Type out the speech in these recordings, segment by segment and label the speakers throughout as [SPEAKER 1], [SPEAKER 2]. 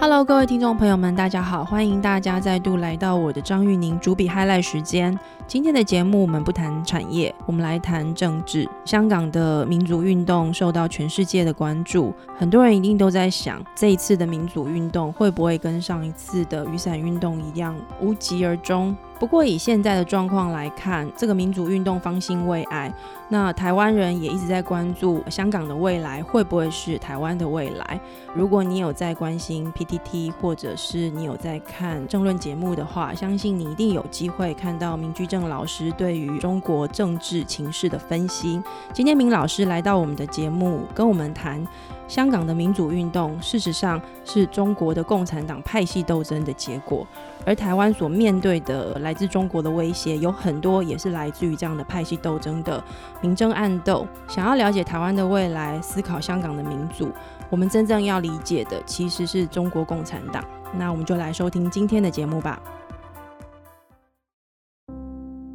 [SPEAKER 1] Hello，各位听众朋友们，大家好，欢迎大家再度来到我的张玉宁主笔 highlight 时间。今天的节目我们不谈产业，我们来谈政治。香港的民主运动受到全世界的关注，很多人一定都在想，这一次的民主运动会不会跟上一次的雨伞运动一样无疾而终？不过以现在的状况来看，这个民主运动方兴未艾，那台湾人也一直在关注香港的未来会不会是台湾的未来。如果你有在关心 PTT，或者是你有在看政论节目的话，相信你一定有机会看到明居正老师对于中国政治情势的分析。今天明老师来到我们的节目，跟我们谈香港的民主运动，事实上是中国的共产党派系斗争的结果，而台湾所面对的来自中国的威胁，有很多也是来自于这样的派系斗争的明争暗斗。想要了解台湾的未来，思考香港的民主。我们真正要理解的其实是中国共产党。那我们就来收听今天的节目吧。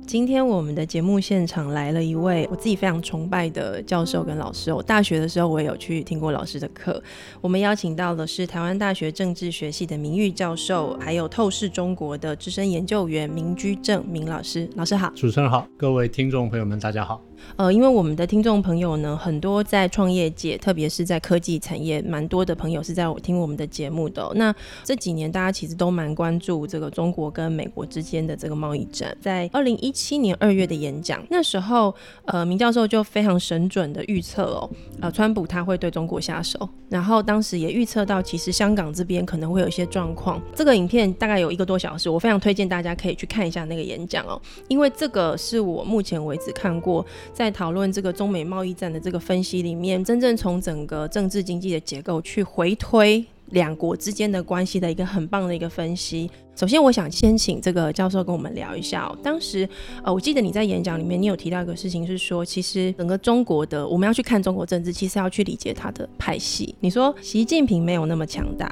[SPEAKER 1] 今天我们的节目现场来了一位我自己非常崇拜的教授跟老师。我哦大学的时候我也有去听过老师的课。我们邀请到的是台湾大学政治学系的名誉教授，还有透视中国的资深研究员明居正明老师。老师好。
[SPEAKER 2] 主持人好，各位听众朋友们，大家好。
[SPEAKER 1] 呃，因为我们的听众朋友呢，很多在创业界，特别是在科技产业，蛮多的朋友是在我听我们的节目的哦、那这几年大家其实都蛮关注这个中国跟美国之间的这个贸易战。在二零一七年二月的演讲，那时候呃，明教授就非常神准的预测哦，呃，川普他会对中国下手，然后当时也预测到，其实香港这边可能会有一些状况。这个影片大概有一个多小时，我非常推荐大家可以去看一下那个演讲哦，因为这个是我目前为止看过在讨论这个中美贸易战的这个分析里面，真正从整个政治经济的结构去回推两国之间的关系的一个很棒的一个分析。首先，我想先请这个教授跟我们聊一下、哦，当时呃，我记得你在演讲里面，你有提到一个事情是说，其实整个中国的我们要去看中国政治，其实要去理解它的派系。你说习近平没有那么强大，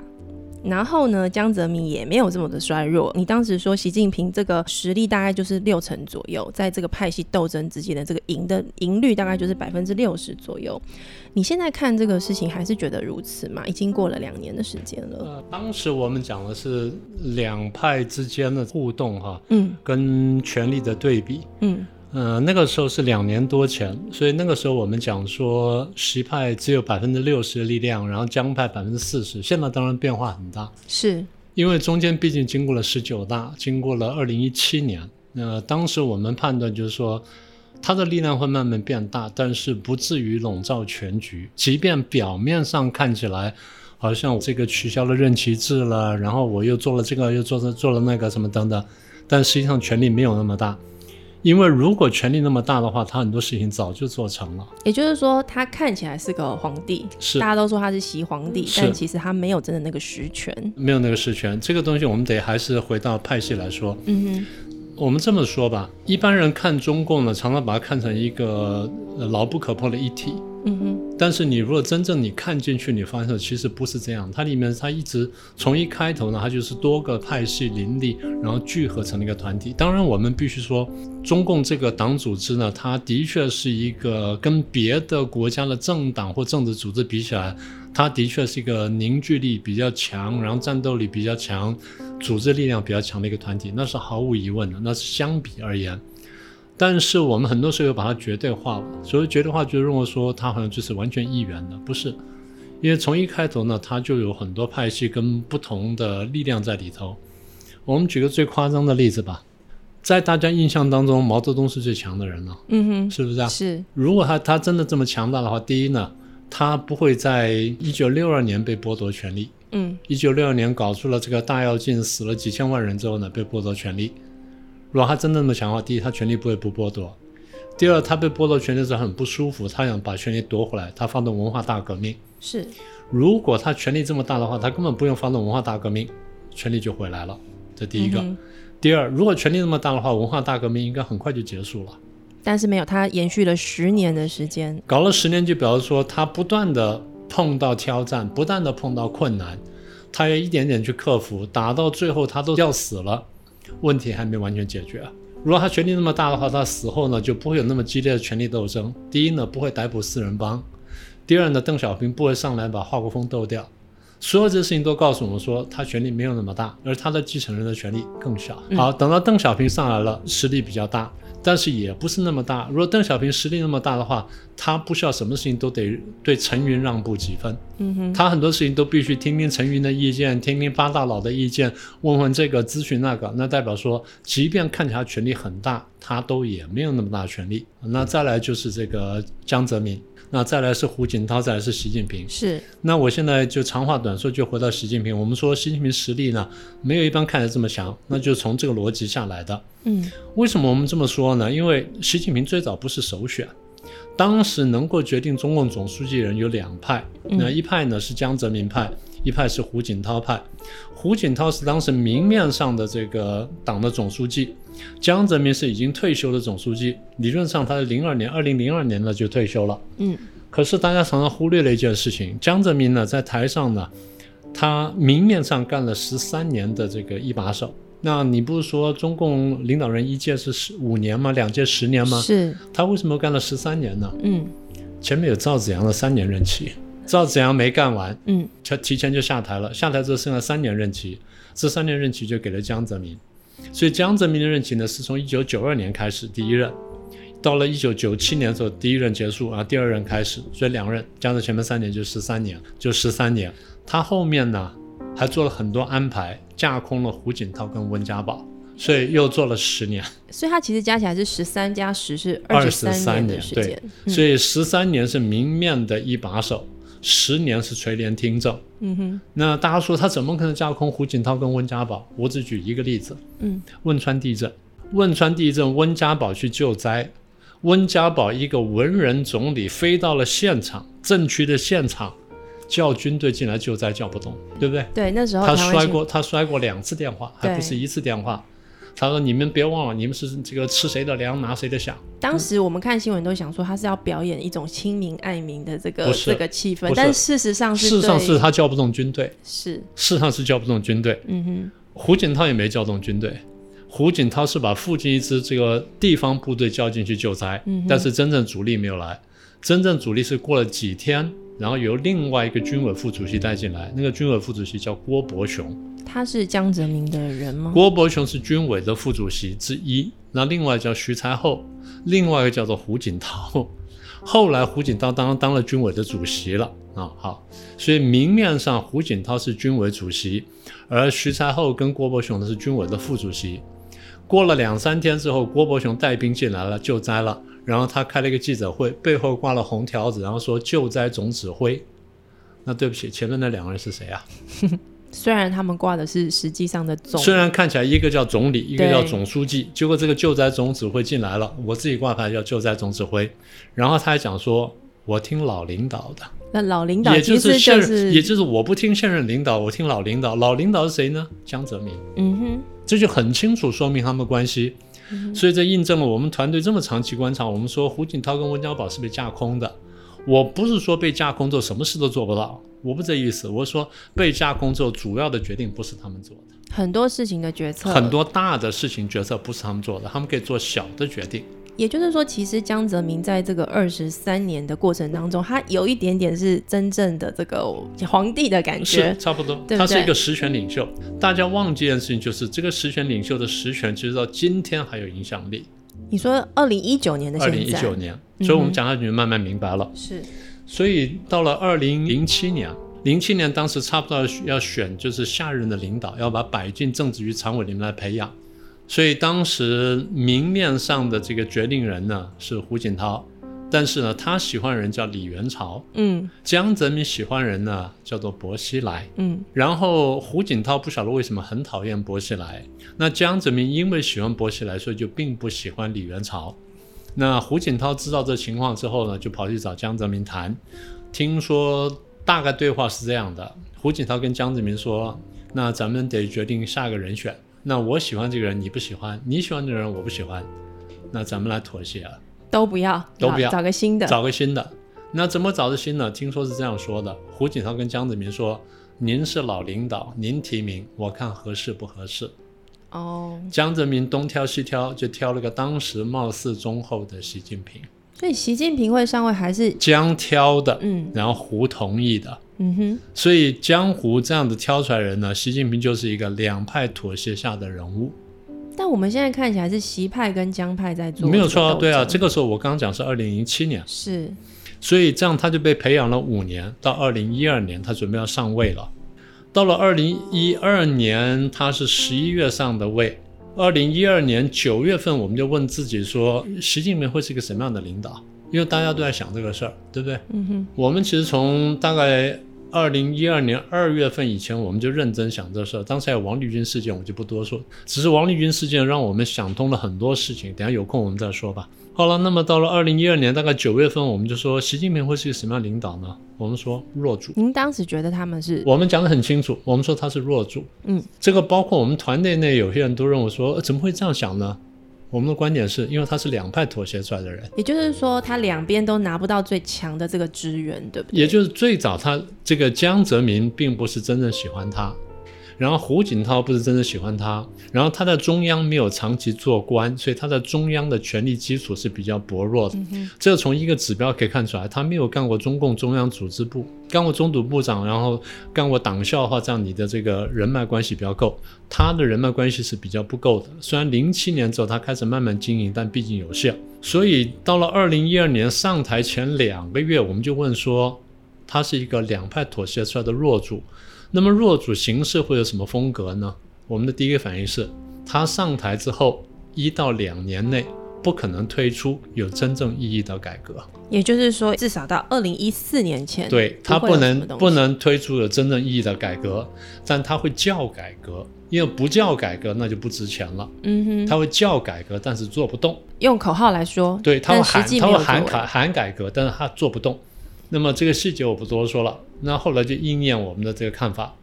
[SPEAKER 1] 然后呢，江泽民也没有这么的衰弱。你当时说习近平这个实力大概就是六成左右，在这个派系斗争之间的这个赢的赢率大概就是百分之六十左右。你现在看这个事情还是觉得如此吗？已经过了两年的时间了。
[SPEAKER 2] 呃，当时我们讲的是两派之间的互动哈、
[SPEAKER 1] 嗯
[SPEAKER 2] 跟权力的对比。
[SPEAKER 1] 嗯
[SPEAKER 2] 呃，那个时候是两年多前，所以那个时候我们讲说，习派只有百分之六十的力量，然后江派百分之四十。现在当然变化很大，
[SPEAKER 1] 是
[SPEAKER 2] 因为中间毕竟经过了十九大，经过了二零一七年。呃，当时我们判断就是说，它的力量会慢慢变大，但是不至于笼罩全局。即便表面上看起来好像这个取消了任期制了，然后我又做了这个，又做了做了那个什么等等，但实际上权力没有那么大。因为如果权力那么大的话，他很多事情早就做成了。
[SPEAKER 1] 也就是说，他看起来是个皇帝，
[SPEAKER 2] 是
[SPEAKER 1] 大家都说他是习皇帝，
[SPEAKER 2] 是
[SPEAKER 1] 但其实他没有真的那个实权。
[SPEAKER 2] 没有那个实权，这个东西我们得还是回到派系来说。
[SPEAKER 1] 嗯
[SPEAKER 2] 我们这么说吧，一般人看中共呢，常常把它看成一个呃牢不可破的一体。
[SPEAKER 1] 哼，嗯哼，
[SPEAKER 2] 但是你如果真正你看进去，你发现其实不是这样，它里面它一直从一开头呢，它就是多个派系林立，然后聚合成了一个团体。当然，我们必须说，中共这个党组织呢，它的确是一个跟别的国家的政党或政治组织比起来，它的确是一个凝聚力比较强，然后战斗力比较强，组织力量比较强的一个团体，那是毫无疑问的，那是相比而言。但是我们很多时候又把它绝对化了。所谓绝对化，就认为说它好像就是完全一元的，不是？因为从一开头呢，它就有很多派系跟不同的力量在里头。我们举个最夸张的例子吧，在大家印象当中，毛泽东是最强的人了，
[SPEAKER 1] 嗯
[SPEAKER 2] 是不是啊
[SPEAKER 1] 哼，？是
[SPEAKER 2] 如果他他真的这么强大的话，第一呢，他不会在一九六二年被剥夺权利。
[SPEAKER 1] 嗯
[SPEAKER 2] 一九六二年搞出了这个大跃进，死了几千万人之后呢，被剥夺权利。如果他真的那么强的话，第一，他权利不会不剥夺；第二，他被剥夺权利是很不舒服，他想把权利夺回来，他发动文化大革命。
[SPEAKER 1] 是，
[SPEAKER 2] 如果他权力这么大的话，他根本不用发动文化大革命，权力就回来了。这第一个。
[SPEAKER 1] 嗯
[SPEAKER 2] 第二，如果权力那么大的话，文化大革命应该很快就结束了。
[SPEAKER 1] 但是没有，它延续了十年的时间。
[SPEAKER 2] 搞了十年，就表示说他不断的碰到挑战，不断的碰到困难，他要一点点去克服，打到最后他都要死了，问题还没完全解决。如果他权力那么大的话，他死后呢就不会有那么激烈的权力斗争。第一呢，不会逮捕四人帮；第二呢，邓小平不会上来把华国锋斗掉；所有这些事情都告诉我们说，他权力没有那么大，而他的继承人的权力更小。好，等到邓小平上来了，实力比较大，但是也不是那么大。如果邓小平实力那么大的话，他不需要什么事情都得对陈云让步几分，
[SPEAKER 1] 嗯哼，
[SPEAKER 2] 他很多事情都必须听听陈云的意见，听听八大佬的意见，问问这个咨询那个。那代表说，即便看起来权力很大，他都也没有那么大权力。那再来就是这个江泽民，那再来是胡锦涛，再来是习近平。
[SPEAKER 1] 是
[SPEAKER 2] 那我现在就长话短说，就回到习近平。我们说习近平实力呢，没有一般看起来这么强，那就是从这个逻辑下来的。
[SPEAKER 1] 嗯
[SPEAKER 2] 为什么我们这么说呢？因为习近平最早不是首选，当时能够决定中共总书记人有两派，那一派呢是江泽民派，一派是胡锦涛派。胡锦涛是当时明面上的这个党的总书记，江泽民是已经退休的总书记，理论上他是零二年，二零零二年呢就退休了。
[SPEAKER 1] 嗯
[SPEAKER 2] 可是大家常常忽略了一件事情，江泽民呢在台上呢，他明面上干了十三年的这个一把手。那你不是说中共领导人一届是十五年吗？两届十年吗？
[SPEAKER 1] 是
[SPEAKER 2] 他为什么干了十三年呢？
[SPEAKER 1] 嗯
[SPEAKER 2] 前面有赵紫阳的三年任期，赵紫阳没干完，
[SPEAKER 1] 嗯
[SPEAKER 2] 就提前就下台了。下台之后剩下三年任期，这三年任期就给了江泽民。所以江泽民的任期呢，是从一九九二年开始第一任，到了一九九七年的时候，第一任结束，然后第二任开始，所以两任加上前面三年就十三年，就十三年。他后面呢，还做了很多安排，架空了胡锦涛跟温家宝，所以又做了十年。
[SPEAKER 1] 所以它其实加起来是十三加十是
[SPEAKER 2] 23
[SPEAKER 1] 三
[SPEAKER 2] 年
[SPEAKER 1] 的时
[SPEAKER 2] 对
[SPEAKER 1] 间，
[SPEAKER 2] 所以十三年是明面的一把手，十年是垂帘听政。
[SPEAKER 1] 嗯哼
[SPEAKER 2] 那大家说他怎么可能架空胡锦涛跟温家宝？我只举一个例子，
[SPEAKER 1] 嗯，
[SPEAKER 2] 汶川地震，汶川地震，温家宝去救灾，温家宝一个文人总理飞到了现场，震区的现场，叫军队进来救灾，叫不动，对不对？
[SPEAKER 1] 对，那时候
[SPEAKER 2] 他
[SPEAKER 1] 哦台湾
[SPEAKER 2] 摔
[SPEAKER 1] 新
[SPEAKER 2] 过，他摔过两次电话，还不
[SPEAKER 1] 对
[SPEAKER 2] 是一次电话。他说：“你们别忘了，你们是这个吃谁的粮，拿谁的饷。”
[SPEAKER 1] 当时我们看新闻都想说他是要表演一种亲民爱民的这
[SPEAKER 2] 不
[SPEAKER 1] 个
[SPEAKER 2] 是
[SPEAKER 1] 这个气
[SPEAKER 2] 不
[SPEAKER 1] 氛
[SPEAKER 2] 是，
[SPEAKER 1] 但事实上是
[SPEAKER 2] 事实上
[SPEAKER 1] 对
[SPEAKER 2] 是他叫不动军队，
[SPEAKER 1] 是
[SPEAKER 2] 事实上是叫不动军队。
[SPEAKER 1] 嗯哼
[SPEAKER 2] 胡锦涛也没叫动军队，胡锦涛是把附近一支这个地方部队叫进去救灾，
[SPEAKER 1] 嗯哼
[SPEAKER 2] 但是真正主力没有来，真正主力是过了几天，然后由另外一个军委副主席带进来，那个军委副主席叫郭伯雄，
[SPEAKER 1] 他是江泽民的人吗？
[SPEAKER 2] 郭伯雄是军委的副主席之一，那另外叫徐才厚，另外一个叫做胡锦涛。 后来胡锦涛当当了军委的主席了啊，好，所以明面上胡锦涛是军委主席，而徐才厚跟郭伯雄呢是军委的副主席。过了两三天之后，郭伯雄带兵进来了，救灾了，然后他开了一个记者会，背后挂了红条子，然后说救灾总指挥。那对不起，前面那两个人是谁啊？
[SPEAKER 1] 虽然他们挂的是实际上的总，
[SPEAKER 2] 虽然看起来一个叫总理，一个
[SPEAKER 1] 对
[SPEAKER 2] 叫总书记，结果这个救灾总指挥进来了，我自己挂牌叫救灾总指挥，然后他还讲说。我听老领导的，
[SPEAKER 1] 那老领导
[SPEAKER 2] 也
[SPEAKER 1] 其实
[SPEAKER 2] 现
[SPEAKER 1] 就
[SPEAKER 2] 任，
[SPEAKER 1] 是
[SPEAKER 2] 也就是我不听现任领导，我听老领导。老领导是谁呢？江泽民，
[SPEAKER 1] 嗯哼
[SPEAKER 2] 这就很清楚说明他们的关系。
[SPEAKER 1] 嗯
[SPEAKER 2] 所以这印证了我们团队这么长期观察，我们说胡锦涛跟温家宝是被架空的。我不是说被架空之后什么事都做不到，我不这意思。我是说被架空之后，主要的决定不是他们做的。
[SPEAKER 1] 很多事情的决策
[SPEAKER 2] 很多大的事情决策不是他们做的，他们可以做小的决定。
[SPEAKER 1] 也就是说，其实江泽民在这个二十三年的过程当中，他有一点点是真正的这个皇帝的感
[SPEAKER 2] 是
[SPEAKER 1] 觉。
[SPEAKER 2] 差不多，
[SPEAKER 1] 哎对不对
[SPEAKER 2] 他是一个实权领袖。大家忘记一件事情，就是这个实权领袖的实权，其实到今天还有影响力。
[SPEAKER 1] 你说二零一九年的
[SPEAKER 2] 二
[SPEAKER 1] 现在，嗯
[SPEAKER 2] 零一九年，所以我们讲下去就慢慢明白了。
[SPEAKER 1] 是
[SPEAKER 2] 所以到了二零零七年，零七年当时差不多要选就是下任的领导，要把摆进政治局常委里面来培养。所以当时明面上的这个决定人呢是胡锦涛，但是呢他喜欢的人叫李元朝。
[SPEAKER 1] 嗯
[SPEAKER 2] 江泽民喜欢人呢叫做薄熙来，
[SPEAKER 1] 嗯
[SPEAKER 2] 然后胡锦涛不晓得为什么很讨厌薄熙来，那江泽民因为喜欢薄熙来，所以就并不喜欢李元朝。那胡锦涛知道这情况之后呢，就跑去找江泽民谈。听说大概对话是这样的：胡锦涛跟江泽民说，那咱们得决定下个人选。那我喜欢这个人，你不喜欢；你喜欢这个人，我不喜欢。那咱们来妥协啊。
[SPEAKER 1] 都不要，
[SPEAKER 2] 都不要
[SPEAKER 1] 找找个新的，
[SPEAKER 2] 找个新的。那怎么找的新呢？听说是这样说的：胡锦涛跟江泽民说，您是老领导，您提名，我看合适不合适。
[SPEAKER 1] 哦。
[SPEAKER 2] 江泽民东挑西挑，就挑了个当时貌似忠厚的习近平，
[SPEAKER 1] 所以习近平会上位还是
[SPEAKER 2] 江挑的，
[SPEAKER 1] 嗯
[SPEAKER 2] 然后胡同意的，
[SPEAKER 1] 嗯哼，
[SPEAKER 2] 所以江湖这样的挑出来人呢，习近平就是一个两派妥协下的人物，
[SPEAKER 1] 但我们现在看起来是习派跟江派在做，
[SPEAKER 2] 没有错啊。对啊，这
[SPEAKER 1] 个
[SPEAKER 2] 个时候我刚刚讲是二零零七年
[SPEAKER 1] 斗，争是
[SPEAKER 2] 所以这样他就被培养了五年，到二零一二年他准备要上位了。到了二零一二年，他是十一月上的位。二零一二年九月份，我们就问自己说，习近平会是一个什么样的领导？因为大家都在想这个事儿，对不对？
[SPEAKER 1] 嗯哼，
[SPEAKER 2] 我们其实从大概二零一二年二月份以前，我们就认真想这事儿。当时还有王立军事件，我就不多说，只是王立军事件让我们想通了很多事情。等一下有空我们再说吧。好了，那么到了二零一二年大概九月份，我们就说习近平会是一个什么样的领导呢？我们说弱主。
[SPEAKER 1] 您当时觉得他们是
[SPEAKER 2] 我们讲得很清楚，我们说他是弱主。
[SPEAKER 1] 嗯，
[SPEAKER 2] 这个包括我们团队内有些人都认为说，呃怎么会这样想呢？我们的观点是因为他是两派妥协出来的人。
[SPEAKER 1] 也就是说，他两边都拿不到最强的这个支援，对不对？
[SPEAKER 2] 也就是最早他这个江泽民并不是真正喜欢他，然后胡锦涛不是真正喜欢他，然后他在中央没有长期做官，所以他在中央的权力基础是比较薄弱的。这从一个指标可以看出来，他没有干过中共中央组织部，干过中组部长，然后干过党校的话，这样你的这个人脉关系比较够。他的人脉关系是比较不够的。虽然零七年之后他开始慢慢经营，但毕竟有限。所以到了二零一二年上台前两个月，我们就问说，他是一个两派妥协出来的弱主。那么弱主形式会有什么风格呢？我们的第一个反应是，他上台之后一到两年内不可能推出有真正意义的改革。
[SPEAKER 1] 也就是说，至少到二零一四年前，
[SPEAKER 2] 对，它
[SPEAKER 1] 嗯不会
[SPEAKER 2] 不
[SPEAKER 1] 有什
[SPEAKER 2] 能
[SPEAKER 1] 么东西
[SPEAKER 2] 不能推出有真正意义的改革，但它会叫改革，因为不叫改革那就不值钱了。
[SPEAKER 1] 嗯哼，
[SPEAKER 2] 它会叫改革，但是做不动。
[SPEAKER 1] 用口号来说，
[SPEAKER 2] 对，它会
[SPEAKER 1] 但实
[SPEAKER 2] 喊
[SPEAKER 1] 际
[SPEAKER 2] 它
[SPEAKER 1] 没
[SPEAKER 2] 会
[SPEAKER 1] 有
[SPEAKER 2] 喊
[SPEAKER 1] 作为
[SPEAKER 2] 改喊改革，但是它做不动。那么这个细节我不多说了。那后来就应验我们的这个看法，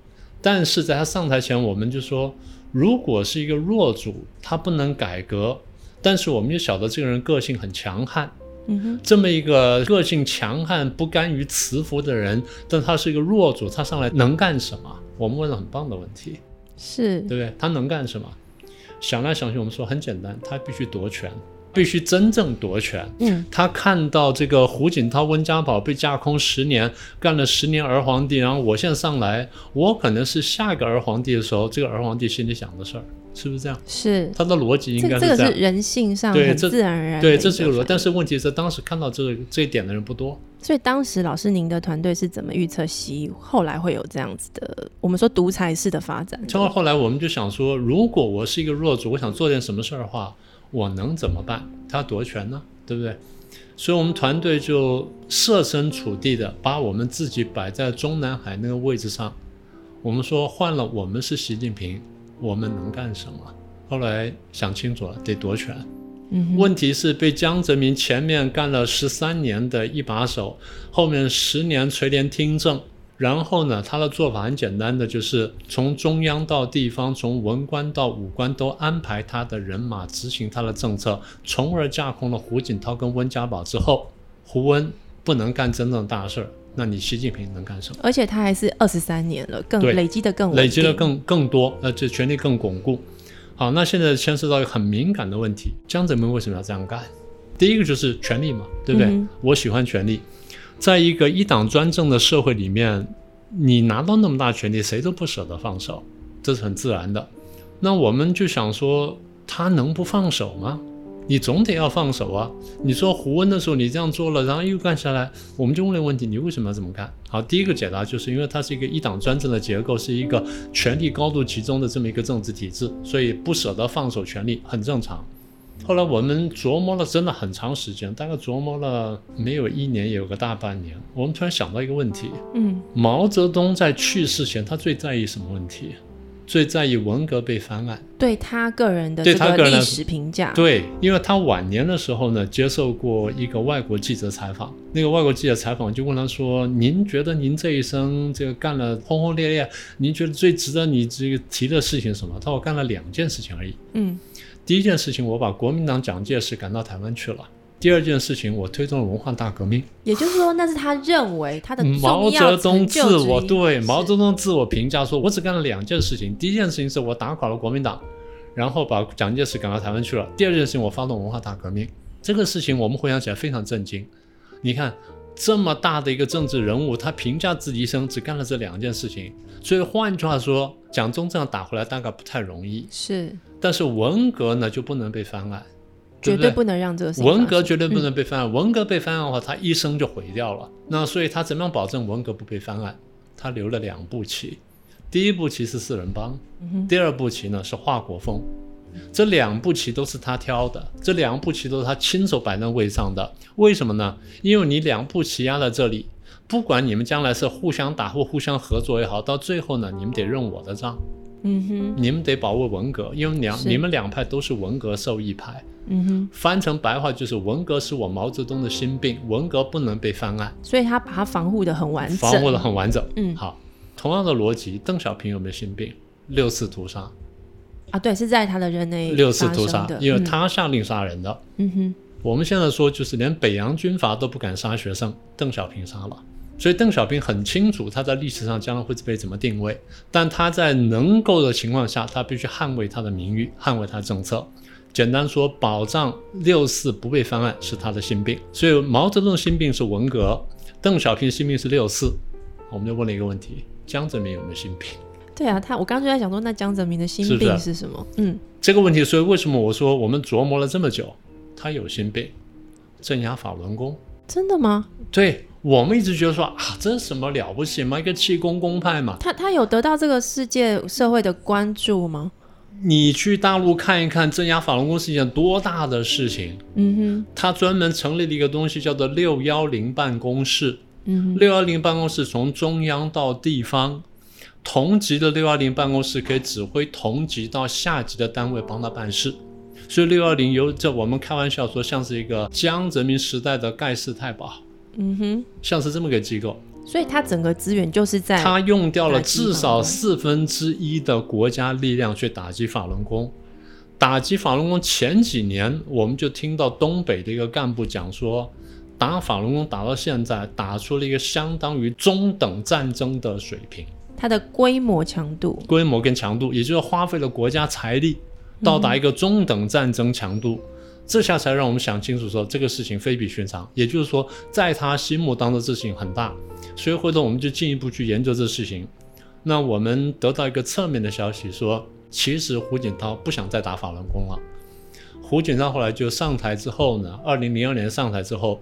[SPEAKER 2] 但是在他上台前，我们就说，如果是一个弱主，他不能改革，但是我们就晓得这个人个性很强悍，
[SPEAKER 1] 嗯哼，
[SPEAKER 2] 这么一个个性强悍、不甘于辞服的人，但他是一个弱主，他上来能干什么？我们问了很棒的问题，
[SPEAKER 1] 是
[SPEAKER 2] 对不对？他能干什么？想来想去，我们说很简单，他必须夺权，必须真正夺权。
[SPEAKER 1] 嗯，
[SPEAKER 2] 他看到这个胡锦涛、温家宝被架空十年，干了十年儿皇帝，然后我现在上来，我可能是下一个儿皇帝的时候，这个儿皇帝心里想的事儿，是不是这样？
[SPEAKER 1] 是，
[SPEAKER 2] 他的逻辑应
[SPEAKER 1] 这
[SPEAKER 2] 该
[SPEAKER 1] 个
[SPEAKER 2] 是
[SPEAKER 1] 这
[SPEAKER 2] 这
[SPEAKER 1] 个
[SPEAKER 2] 样。
[SPEAKER 1] 是人性上
[SPEAKER 2] 对
[SPEAKER 1] 很
[SPEAKER 2] 这
[SPEAKER 1] 自然而然的
[SPEAKER 2] 对，
[SPEAKER 1] 一
[SPEAKER 2] 这是一个逻
[SPEAKER 1] 反
[SPEAKER 2] 辑，但是问题是当时看到这这一点的人不多。
[SPEAKER 1] 所以当时老师您的团队是怎么预测习后来会有这样子的？我们说独裁式的发展，
[SPEAKER 2] 然后后来我们就想说，如果我是一个弱主，我想做点什么事儿的话，我能怎么办？他夺权呢，对不对？所以我们团队就设身处地的把我们自己摆在中南海那个位置上，我们说换了我们是习近平，我们能干什么？后来想清楚了，得夺权。
[SPEAKER 1] 嗯哼，
[SPEAKER 2] 问题是被江泽民前面干了十三年的一把手，后面十年垂帘听政。然后呢，他的做法很简单的，就是从中央到地方，从文官到武官都安排他的人马执行他的政策，从而架空了胡锦涛跟温家宝之后，胡温不能干真正的大事儿，那你习近平能干什么？
[SPEAKER 1] 而且他还是二十三年了，更
[SPEAKER 2] 对
[SPEAKER 1] 累积的更稳
[SPEAKER 2] 累积的
[SPEAKER 1] 定
[SPEAKER 2] 更更多，呃，这权力更巩固。好，那现在牵涉到一个很敏感的问题，江泽民为什么要这样干？第一个就是权力嘛，对不对？
[SPEAKER 1] 嗯
[SPEAKER 2] 我喜欢权力，在一个一党专政的社会里面，你拿到那么大权力，谁都不舍得放手，这是很自然的。那我们就想说，他能不放手吗？你总得要放手啊！你说胡温的时候，你这样做了，然后又干下来，我们就问了问题：你为什么要这么干？好，第一个解答就是因为它是一个一党专政的结构，是一个权力高度集中的这么一个政治体制，所以不舍得放手权力很正常。后来我们琢磨了真的很长时间，大概琢磨了没有一年，也有个大半年。我们突然想到一个问题：
[SPEAKER 1] 嗯
[SPEAKER 2] 毛泽东在去世前，他最在意什么问题？最在意文革被翻案。
[SPEAKER 1] 对他个人的
[SPEAKER 2] 对
[SPEAKER 1] 这
[SPEAKER 2] 他个人
[SPEAKER 1] 历
[SPEAKER 2] 来
[SPEAKER 1] 史评价，
[SPEAKER 2] 对，因为他晚年的时候呢，接受过一个外国记者采访，那个外国记者采访就问他说：“您觉得您这一生这个干了轰轰烈烈，您觉得最值得你这个提的事情是什么？”他说：“我干了两件事情而已。
[SPEAKER 1] 嗯
[SPEAKER 2] 第一件事情，我把国民党蒋介石赶到台湾去了；第二件事情，我推动了文化大革命。”
[SPEAKER 1] 也就是说那是他认为他的重
[SPEAKER 2] 毛
[SPEAKER 1] 要
[SPEAKER 2] 泽东
[SPEAKER 1] 成就
[SPEAKER 2] 自
[SPEAKER 1] 之
[SPEAKER 2] 我
[SPEAKER 1] 一
[SPEAKER 2] 对毛
[SPEAKER 1] 是
[SPEAKER 2] 泽东自我评价说，我只干了两件事情，第一件事情是我打垮了国民党，然后把蒋介石赶到台湾去了；第二件事情我发动文化大革命。这个事情我们回想起来非常震惊。你看，这么大的一个政治人物，他评价自己一生只干了这两件事情，所以换句话说，蒋中正打回来大概不太容易。
[SPEAKER 1] 是
[SPEAKER 2] 但是文革呢就不能被翻案，
[SPEAKER 1] 绝
[SPEAKER 2] 不
[SPEAKER 1] 对不能让这个事情
[SPEAKER 2] 文
[SPEAKER 1] 发
[SPEAKER 2] 革
[SPEAKER 1] 生
[SPEAKER 2] 绝对不能被翻案，文革被翻案的话，他一生就毁掉了。那所以他怎么样保证文革不被翻案？他留了两步棋，第一步棋是四人帮，
[SPEAKER 1] 嗯
[SPEAKER 2] 第二步棋呢是华国锋。这两步棋都是他挑的，这两步棋都是他亲手摆在位上的。为什么呢？因为你两步棋压在这里，不管你们将来是互相打或互相合作也好，到最后呢，你们得认我的账，
[SPEAKER 1] 嗯哼
[SPEAKER 2] 你们得保卫文革，因为两
[SPEAKER 1] 是
[SPEAKER 2] 你们两派都是文革受益派。
[SPEAKER 1] 嗯哼，
[SPEAKER 2] 翻成白话就是文革是我毛泽东的心病，文革不能被翻案，
[SPEAKER 1] 所以他把它防护的很完整，
[SPEAKER 2] 防护的很完整。
[SPEAKER 1] 嗯
[SPEAKER 2] 好，同样的逻辑，邓小平有没有心病？六次屠杀，
[SPEAKER 1] 啊，对，是在他的任内
[SPEAKER 2] 六次
[SPEAKER 1] 哎发
[SPEAKER 2] 屠
[SPEAKER 1] 生
[SPEAKER 2] 杀
[SPEAKER 1] 的，
[SPEAKER 2] 因为
[SPEAKER 1] 嗯
[SPEAKER 2] 他下令杀人的。
[SPEAKER 1] 嗯哼
[SPEAKER 2] 我们现在说，就是连北洋军阀都不敢杀学生，邓小平杀了。所以邓小平很清楚他在历史上将来会被怎么定位，但他在能够的情况下，他必须捍卫他的名誉，捍卫他的政策。简单说，保障六四不被翻案是他的心病。所以毛泽东的心病是文革，邓小平的心病是六四。我们就问了一个问题：江泽民有没有心病？
[SPEAKER 1] 对啊，他我刚刚就在想说，那江泽民的
[SPEAKER 2] 是
[SPEAKER 1] 心
[SPEAKER 2] 不是
[SPEAKER 1] 病是什么？嗯，
[SPEAKER 2] 这个问题，所以为什么我说我们琢磨了这么久，他有心病，镇压法轮功。
[SPEAKER 1] 真的吗？
[SPEAKER 2] 对我们一直觉得说啊，这什么了不起嘛，一个气功公派嘛。
[SPEAKER 1] 他他有得到这个世界社会的关注吗？
[SPEAKER 2] 你去大陆看一看，镇压法轮功是一件多大的事情。
[SPEAKER 1] 嗯
[SPEAKER 2] 他专门成立了一个东西，叫做六幺零办公室。
[SPEAKER 1] 哼，嗯哼，
[SPEAKER 2] 六幺零办公室从中央到地方，同级的六幺零办公室可以指挥同级到下级的单位帮他办事。所以六幺零由这我们开玩笑说，像是一个江泽民时代的盖世太保，
[SPEAKER 1] 嗯哼，
[SPEAKER 2] 像是这么个机构。
[SPEAKER 1] 所以他整个资源就是在
[SPEAKER 2] 他用掉了
[SPEAKER 1] 打击
[SPEAKER 2] 至
[SPEAKER 1] 法轮
[SPEAKER 2] 少
[SPEAKER 1] 功
[SPEAKER 2] 四分之一的国家力量去打击法轮功。打击法轮功前几年，我们就听到东北的一个干部讲说，打法轮功打到现在，打出了一个相当于中等战争的水平，
[SPEAKER 1] 它的规模强度，
[SPEAKER 2] 规模跟强度，也就是花费了国家财力，到达一个中等战争强度。这下才让我们想清楚说，这个事情非比寻常。也就是说，在他心目当中，这事情很大，所以回头我们就进一步去研究这事情。那我们得到一个侧面的消息说，其实胡锦涛不想再打法轮功了。胡锦涛后来就上台之后呢，二零零二年上台之后，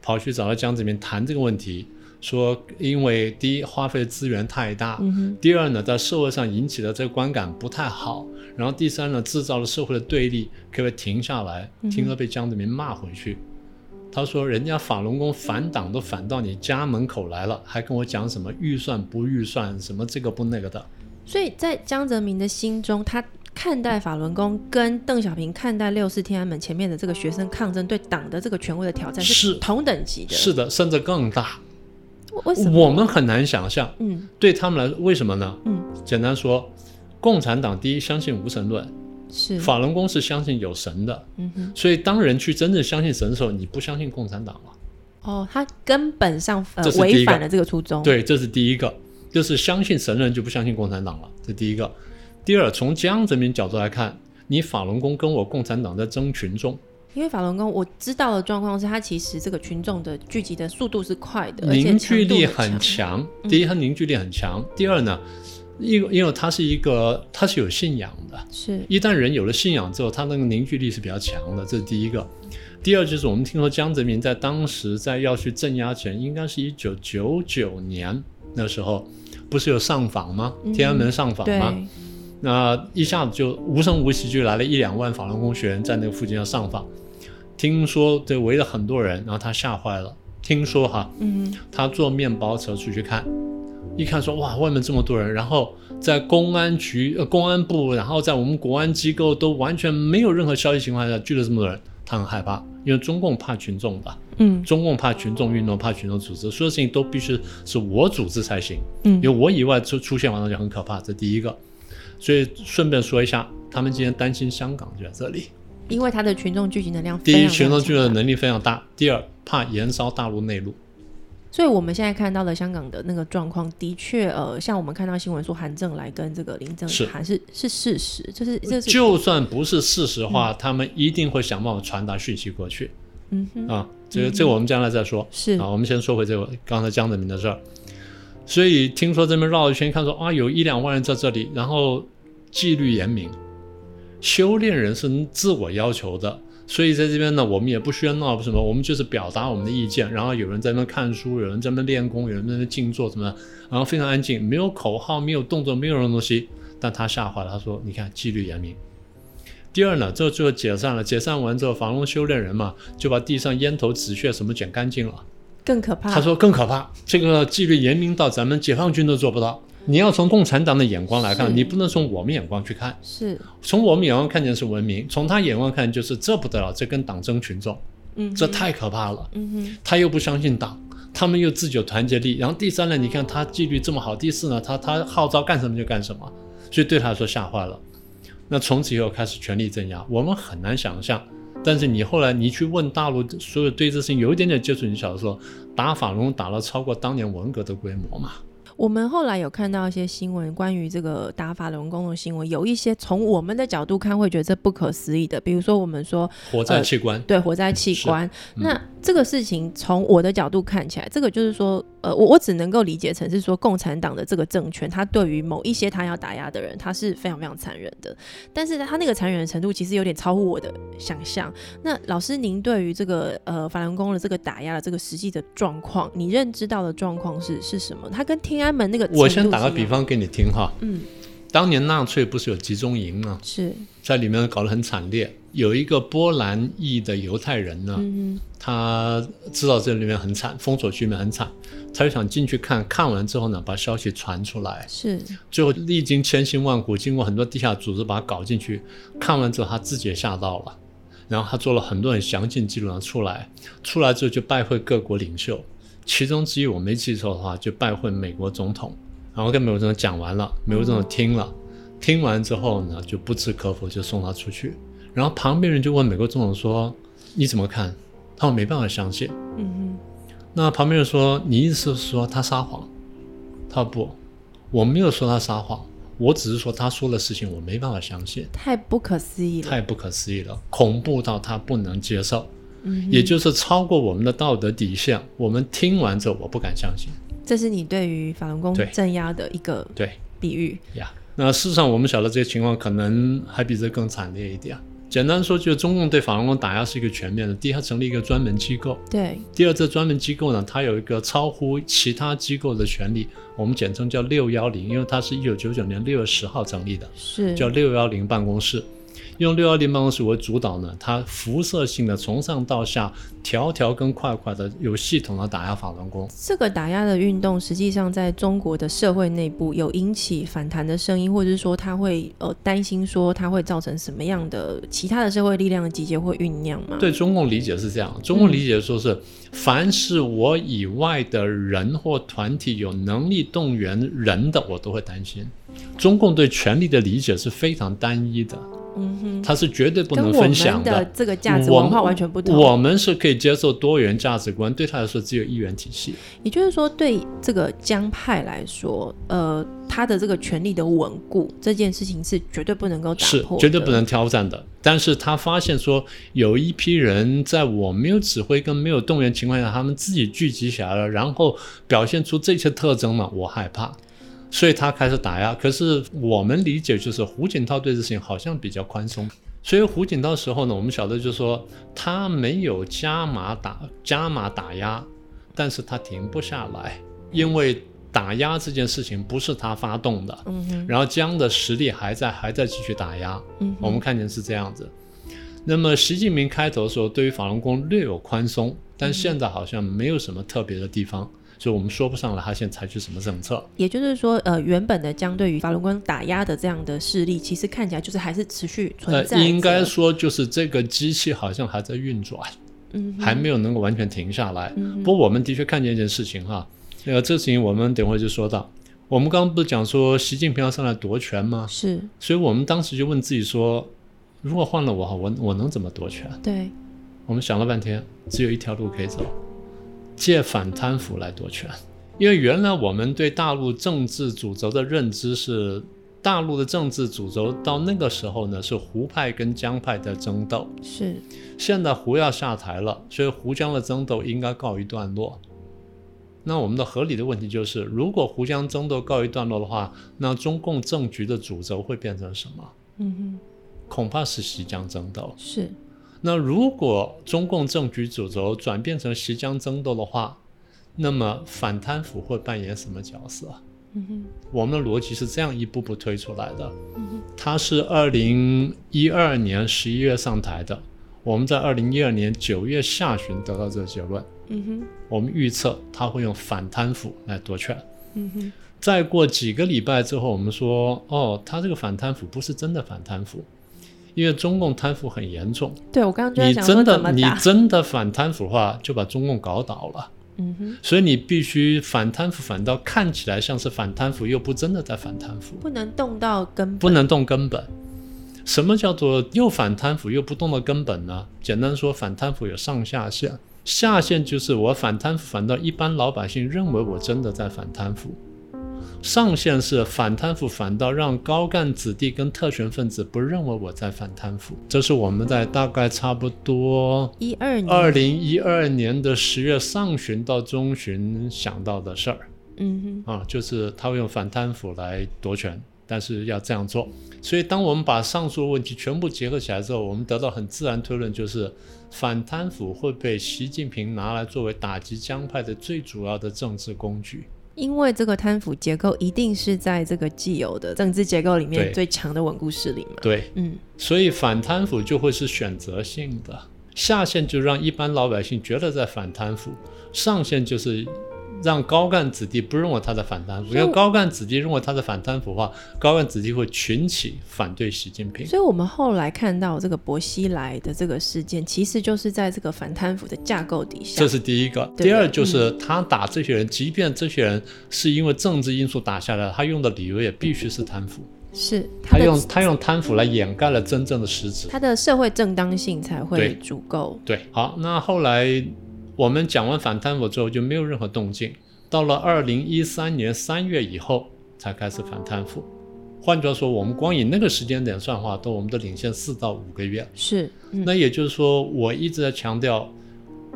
[SPEAKER 2] 跑去找到江泽民谈这个问题，说因为第一花费资源太大，
[SPEAKER 1] 嗯
[SPEAKER 2] 第二呢在社会上引起的这个观感不太好，然后第三呢制造了社会的对立，可不可以停下来？
[SPEAKER 1] 嗯
[SPEAKER 2] 听说被江泽民骂回去。他说：“人家法轮功反党都反到你家门口来了，还跟我讲什么预算不预算，什么这个不那个的。
[SPEAKER 1] 所以在江泽民的心中，他看待法轮功跟邓小平看待六四天安门前面的这个学生抗争对党的这个权威的挑战
[SPEAKER 2] 是
[SPEAKER 1] 同等级的，
[SPEAKER 2] 是的，甚至更大。
[SPEAKER 1] 为为什么？
[SPEAKER 2] 我们很难想象，
[SPEAKER 1] 嗯
[SPEAKER 2] 对他们来，为什么呢？
[SPEAKER 1] 嗯，
[SPEAKER 2] 简单说，共产党第一相信无神论，
[SPEAKER 1] 嗯是，
[SPEAKER 2] 法轮功是相信有神的，
[SPEAKER 1] 嗯哼，
[SPEAKER 2] 所以当人去真正相信神的时候，你不相信共产党了。
[SPEAKER 1] 哦，他根本上呃
[SPEAKER 2] 这是第一个
[SPEAKER 1] 违反了这个初衷，，
[SPEAKER 2] 对，这是第一个，就是相信神人就不相信共产党了，这第一个。第二，从江泽民角度来看，你法轮功跟我共产党在争群众，
[SPEAKER 1] 因为法轮功我知道的状况是，他其实这个群众的聚集的速度是快的，而且
[SPEAKER 2] 凝聚力
[SPEAKER 1] 强度
[SPEAKER 2] 很强。第一，它凝聚力很强；第二呢，因为因为它是一个，它是有信仰的。
[SPEAKER 1] 是，
[SPEAKER 2] 一旦人有了信仰之后，他那个凝聚力是比较强的，这是第一个。第二就是我们听说江泽民在当时在要去镇压前，应该是一九九九年那时候，不是有上访吗？天安门上访吗？
[SPEAKER 1] 对，嗯
[SPEAKER 2] 那一下子就无声无息就来了一两万法轮功学员在那个附近要上访，听说这围了很多人，然后他吓坏了。听说哈，
[SPEAKER 1] 嗯，
[SPEAKER 2] 他坐面包车出去看，一看说哇，外面这么多人，然后在公安局、呃、公安部，然后在我们国安机构都完全没有任何消息情况下聚了这么多人，他很害怕，因为中共怕群众的，
[SPEAKER 1] 嗯
[SPEAKER 2] 中共怕群众运动，怕群众组织，所有事情都必须是我组织才行，
[SPEAKER 1] 嗯，
[SPEAKER 2] 有我以外出出现完了就很可怕，这第一个。所以顺便说一下，他们今天担心香港就在这里，
[SPEAKER 1] 因为他的群众聚集能量非
[SPEAKER 2] 第
[SPEAKER 1] 常
[SPEAKER 2] 一，群众聚集的
[SPEAKER 1] 非常强大
[SPEAKER 2] 能力非常大；第二，怕延烧大陆内陆。
[SPEAKER 1] 所以我们现在看到的香港的那个状况，的确，呃，像我们看到新闻说韩正来跟这个林郑
[SPEAKER 2] 是呃
[SPEAKER 1] 涵是是事实，就是这是
[SPEAKER 2] 就算不是事实化，他们一定会想办法传达讯息过去。
[SPEAKER 1] 嗯哼，
[SPEAKER 2] 啊。这个这个我们将来再说。
[SPEAKER 1] 是
[SPEAKER 2] 啊，我们先说回这个刚才江泽民的事儿。所以听说这边绕一圈，看说啊，有一两万人在这里，然后纪律严明，修炼人是自我要求的。所以在这边呢，我们也不喧闹什么，我们就是表达我们的意见。然后有人在那边看书，有人在那边练功，有人在那边静坐什么的，然后非常安静，没有口号，没有动作，没有任何东西。但他吓坏了，他说：“你看，纪律严明。”第二呢，这就解散了。解散完之后，房龙修炼人嘛，就把地上烟头、纸屑什么捡干净了。
[SPEAKER 1] 更可怕。
[SPEAKER 2] 他说更可怕，这个纪律严明到咱们解放军都做不到。你要从共产党的眼光来
[SPEAKER 1] 是
[SPEAKER 2] 看，你不能从我们眼光去看。
[SPEAKER 1] 是，
[SPEAKER 2] 从我们眼光看见是文明，从他眼光看就是这不得了，这跟党争群众，
[SPEAKER 1] 嗯，
[SPEAKER 2] 这，太可怕了。
[SPEAKER 1] 嗯哼，
[SPEAKER 2] 他又不相信党，他们又自己有团结力。然后第三呢，你看他纪律这么好，第四呢，他他号召干什么就干什么，所以对他来说吓坏了。那从此以后开始全力镇压，我们很难想象。但是你后来你去问大陆所有对这事情有一点点接触，你晓得说打法轮功打了超过当年文革的规模嘛？
[SPEAKER 1] 我们后来有看到一些新闻，关于这个打法轮功的新闻，有一些从我们的角度看会觉得这不可思议的，比如说我们说
[SPEAKER 2] 火灾器官，
[SPEAKER 1] 对火灾器官，
[SPEAKER 2] 嗯
[SPEAKER 1] 那这个事情从我的角度看起来，这个就是说，呃，我我只能够理解成是说共产党的这个政权，他对于某一些他要打压的人，他是非常非常残忍的，但是他那个残忍的程度其实有点超乎我的想象。那老师，您对于这个呃法轮功的这个打压的这个实际的状况，你认知到的状况是是什么？它跟天安门那个
[SPEAKER 2] 我
[SPEAKER 1] 程
[SPEAKER 2] 先
[SPEAKER 1] 度
[SPEAKER 2] 打个
[SPEAKER 1] 是一
[SPEAKER 2] 比
[SPEAKER 1] 样，
[SPEAKER 2] 方给你听哈，
[SPEAKER 1] 嗯，
[SPEAKER 2] 当年纳粹不是有集中营吗？
[SPEAKER 1] 是，
[SPEAKER 2] 在里面搞得很惨烈。有一个波兰裔的犹太人呢，
[SPEAKER 1] 嗯
[SPEAKER 2] 他知道这里面很惨，封锁局面很惨，他就想进去看看完之后呢，把消息传出来
[SPEAKER 1] 哼，。是，
[SPEAKER 2] 最后历经千辛万苦，经过很多地下组织把他搞进去，看完之后他自己也吓到了，然后他做了很多很详尽记录，然后出来，出来之后就拜会各国领袖，其中之一我没记错的话，就拜会美国总统，然后跟美国总统讲完了，美国总统听了，听完之后呢就不置可否，就送他出去，然后旁边人就问美国总统说你怎么看？他说没办法相信。
[SPEAKER 1] 嗯
[SPEAKER 2] 那旁边人说：“你意思是说他撒谎？”他说：“不，我没有说他撒谎，我只是说他说的事情我没办法相信，
[SPEAKER 1] 哼，太不可思议了，
[SPEAKER 2] 太不可思议了，恐怖到他不能接受，
[SPEAKER 1] 嗯哼
[SPEAKER 2] 也就是超过我们的道德底线。我们听完之后，我不敢相信。
[SPEAKER 1] 这是你对于法轮功
[SPEAKER 2] 对
[SPEAKER 1] 镇压的一个
[SPEAKER 2] 对
[SPEAKER 1] 比喻。
[SPEAKER 2] 呀，那事实上我们晓得这些情况可能还比这更惨烈一点。简单说，就是中共对法轮功打压是一个全面的。第一，它成立一个专门机构；
[SPEAKER 1] 对，
[SPEAKER 2] 第二，这专门机构呢，它有一个超乎其他机构的权利，我们简称叫六幺零，因为它是一九九九年六月十号成立的，
[SPEAKER 1] 是
[SPEAKER 2] 叫六幺零办公室。用六幺零办公室为主导呢，它辐射性的从上到下，条条跟块块的有系统的打压法轮功。
[SPEAKER 1] 这个打压的运动，实际上在中国的社会内部有引起反弹的声音，或者是说他会呃担心说它会造成什么样的其他的社会力量的集结或酝酿吗？，
[SPEAKER 2] 对中共理解是这样，中
[SPEAKER 1] 嗯
[SPEAKER 2] 共理解说是，凡是我以外的人或团体有能力动员人的，我都会担心。中共对权力的理解是非常单一的，
[SPEAKER 1] 嗯哼，
[SPEAKER 2] 它是绝对不
[SPEAKER 1] 跟
[SPEAKER 2] 能
[SPEAKER 1] 我
[SPEAKER 2] 分
[SPEAKER 1] 们
[SPEAKER 2] 享
[SPEAKER 1] 的这个价值文化完全不同。
[SPEAKER 2] 我们是可以接受多元价值观，对他来说只有一元体系。
[SPEAKER 1] 也就是说，对这个江派来说，呃，他的这个权力的稳固这件事情是绝对不能够打
[SPEAKER 2] 是
[SPEAKER 1] 破的，
[SPEAKER 2] 绝对不能挑战的。但是他发现说，有一批人在我没有指挥跟没有动员情况下，他们自己聚集起来了，然后表现出这些特征嘛，我害怕，所以他开始打压。可是我们理解就是胡锦涛对这事情好像比较宽松。所以胡锦涛时候呢，我们晓得就是说他没有加码打加码打压，但是他停不下来，因为打压这件事情不是他发动的，
[SPEAKER 1] 嗯哼，
[SPEAKER 2] 然后江的实力还在，还在继续打压。
[SPEAKER 1] 嗯哼，
[SPEAKER 2] 我们看见是这样子。那么习近平开头的时候，对于法轮功略有宽松，但现在好像没有什么特别的地方，所以我们说不上来他现在采取什么政策。
[SPEAKER 1] 也就是说，呃，原本的将对于法轮功打压的这样的势力，其实看起来就是还是持续存
[SPEAKER 2] 呃
[SPEAKER 1] 在、，
[SPEAKER 2] 应该，说就是这个机器好像还在运转，
[SPEAKER 1] 嗯哼，
[SPEAKER 2] 还没有能够完全停下来。
[SPEAKER 1] 嗯哼
[SPEAKER 2] 不过我们的确看见一件事情哈，呃，这事情我们等会儿就说到。我们刚刚不是讲说习近平要上来夺权吗？
[SPEAKER 1] 是
[SPEAKER 2] 所以我们当时就问自己说，如果换了我，我我能怎么夺权？
[SPEAKER 1] 对，
[SPEAKER 2] 我们想了半天，只有一条路可以走，借反贪腐来夺权。因为原来我们对大陆政治主轴的认知是大陆的政治主轴到那个时候呢，是胡派跟江派的争斗。
[SPEAKER 1] 是
[SPEAKER 2] 现在胡要下台了，所以胡江的争斗应该告一段落。那我们的合理的问题就是，如果胡江争斗告一段落的话，那中共政局的主轴会变成什么？
[SPEAKER 1] 嗯
[SPEAKER 2] 恐怕是习江争斗
[SPEAKER 1] 哼，。是
[SPEAKER 2] 那如果中共政局主轴转变成习江争斗的话，那么反贪腐会扮演什么角色？
[SPEAKER 1] 嗯哼
[SPEAKER 2] 我们的逻辑是这样一步步推出来的。
[SPEAKER 1] 嗯哼
[SPEAKER 2] 他是二零一二年十一月上台的，我们在二零一二年九月下旬得到这个结论。
[SPEAKER 1] 嗯哼
[SPEAKER 2] 我们预测他会用反贪腐来夺权。
[SPEAKER 1] 嗯哼
[SPEAKER 2] 再过几个礼拜之后，我们说，哦，他这个反贪腐不是真的反贪腐，因为中共贪腐很严重。
[SPEAKER 1] 对我刚刚就在
[SPEAKER 2] 你
[SPEAKER 1] 想说
[SPEAKER 2] 真
[SPEAKER 1] 怎么
[SPEAKER 2] 的你
[SPEAKER 1] 打，
[SPEAKER 2] 真的反贪腐的话，就把中共搞倒了。
[SPEAKER 1] 嗯哼，
[SPEAKER 2] 所以你必须反贪腐，反倒看起来像是反贪腐，又不真的在反贪腐。
[SPEAKER 1] 不能动到根
[SPEAKER 2] 不
[SPEAKER 1] 本，
[SPEAKER 2] 能动根本。什么叫做又反贪腐又不动到根本呢？简单说，反贪腐有上下限，下限就是我反贪腐，反倒一般老百姓认为我真的在反贪腐；上限是反贪腐，反倒让高干子弟跟特权分子不认为我在反贪腐。这是我们在大概差不多
[SPEAKER 1] 一二年，
[SPEAKER 2] 二零一二年的十月上旬到中旬想到的事儿。
[SPEAKER 1] 嗯哼
[SPEAKER 2] 啊，就是他会用反贪腐来夺权，但是要这样做。所以，当我们把上述问题全部结合起来之后，我们得到很自然推论，就是反贪腐会被习近平拿来作为打击江派的最主要的政治工具。
[SPEAKER 1] 因为这个贪腐结构一定是在这个既有的政治结构里面
[SPEAKER 2] 对
[SPEAKER 1] 最强的稳固势力嘛。
[SPEAKER 2] 对，
[SPEAKER 1] 嗯
[SPEAKER 2] 所以反贪腐就会是选择性的，下限就让一般老百姓觉得在反贪腐，上限就是。让高干子弟不认为他在反贪腐，
[SPEAKER 1] 所以
[SPEAKER 2] 因为
[SPEAKER 1] 我
[SPEAKER 2] 高干子弟认为他在反贪腐的话，高干子弟会群起反对习近平。
[SPEAKER 1] 所以我们后来看到这个薄熙来的这个事件，其实就是在这个反贪腐的架构底下。
[SPEAKER 2] 这是第一个。
[SPEAKER 1] 对
[SPEAKER 2] 第二就是他打这些人，即便这些人是因为政治因素打下来，他用的理由也必须是贪腐。
[SPEAKER 1] 是他
[SPEAKER 2] 他
[SPEAKER 1] 的
[SPEAKER 2] 用他用贪腐来掩盖了真正的实质。
[SPEAKER 1] 他的社会正当性才会
[SPEAKER 2] 对
[SPEAKER 1] 足够。
[SPEAKER 2] 对，好，那后来我们讲完反贪腐之后就没有任何动静，到了二零一三年三月以后才开始反贪腐。换句话说，我们光以那个时间点算的话，都我们都领先四到五个月。
[SPEAKER 1] 是，嗯
[SPEAKER 2] 那也就是说，我一直在强调，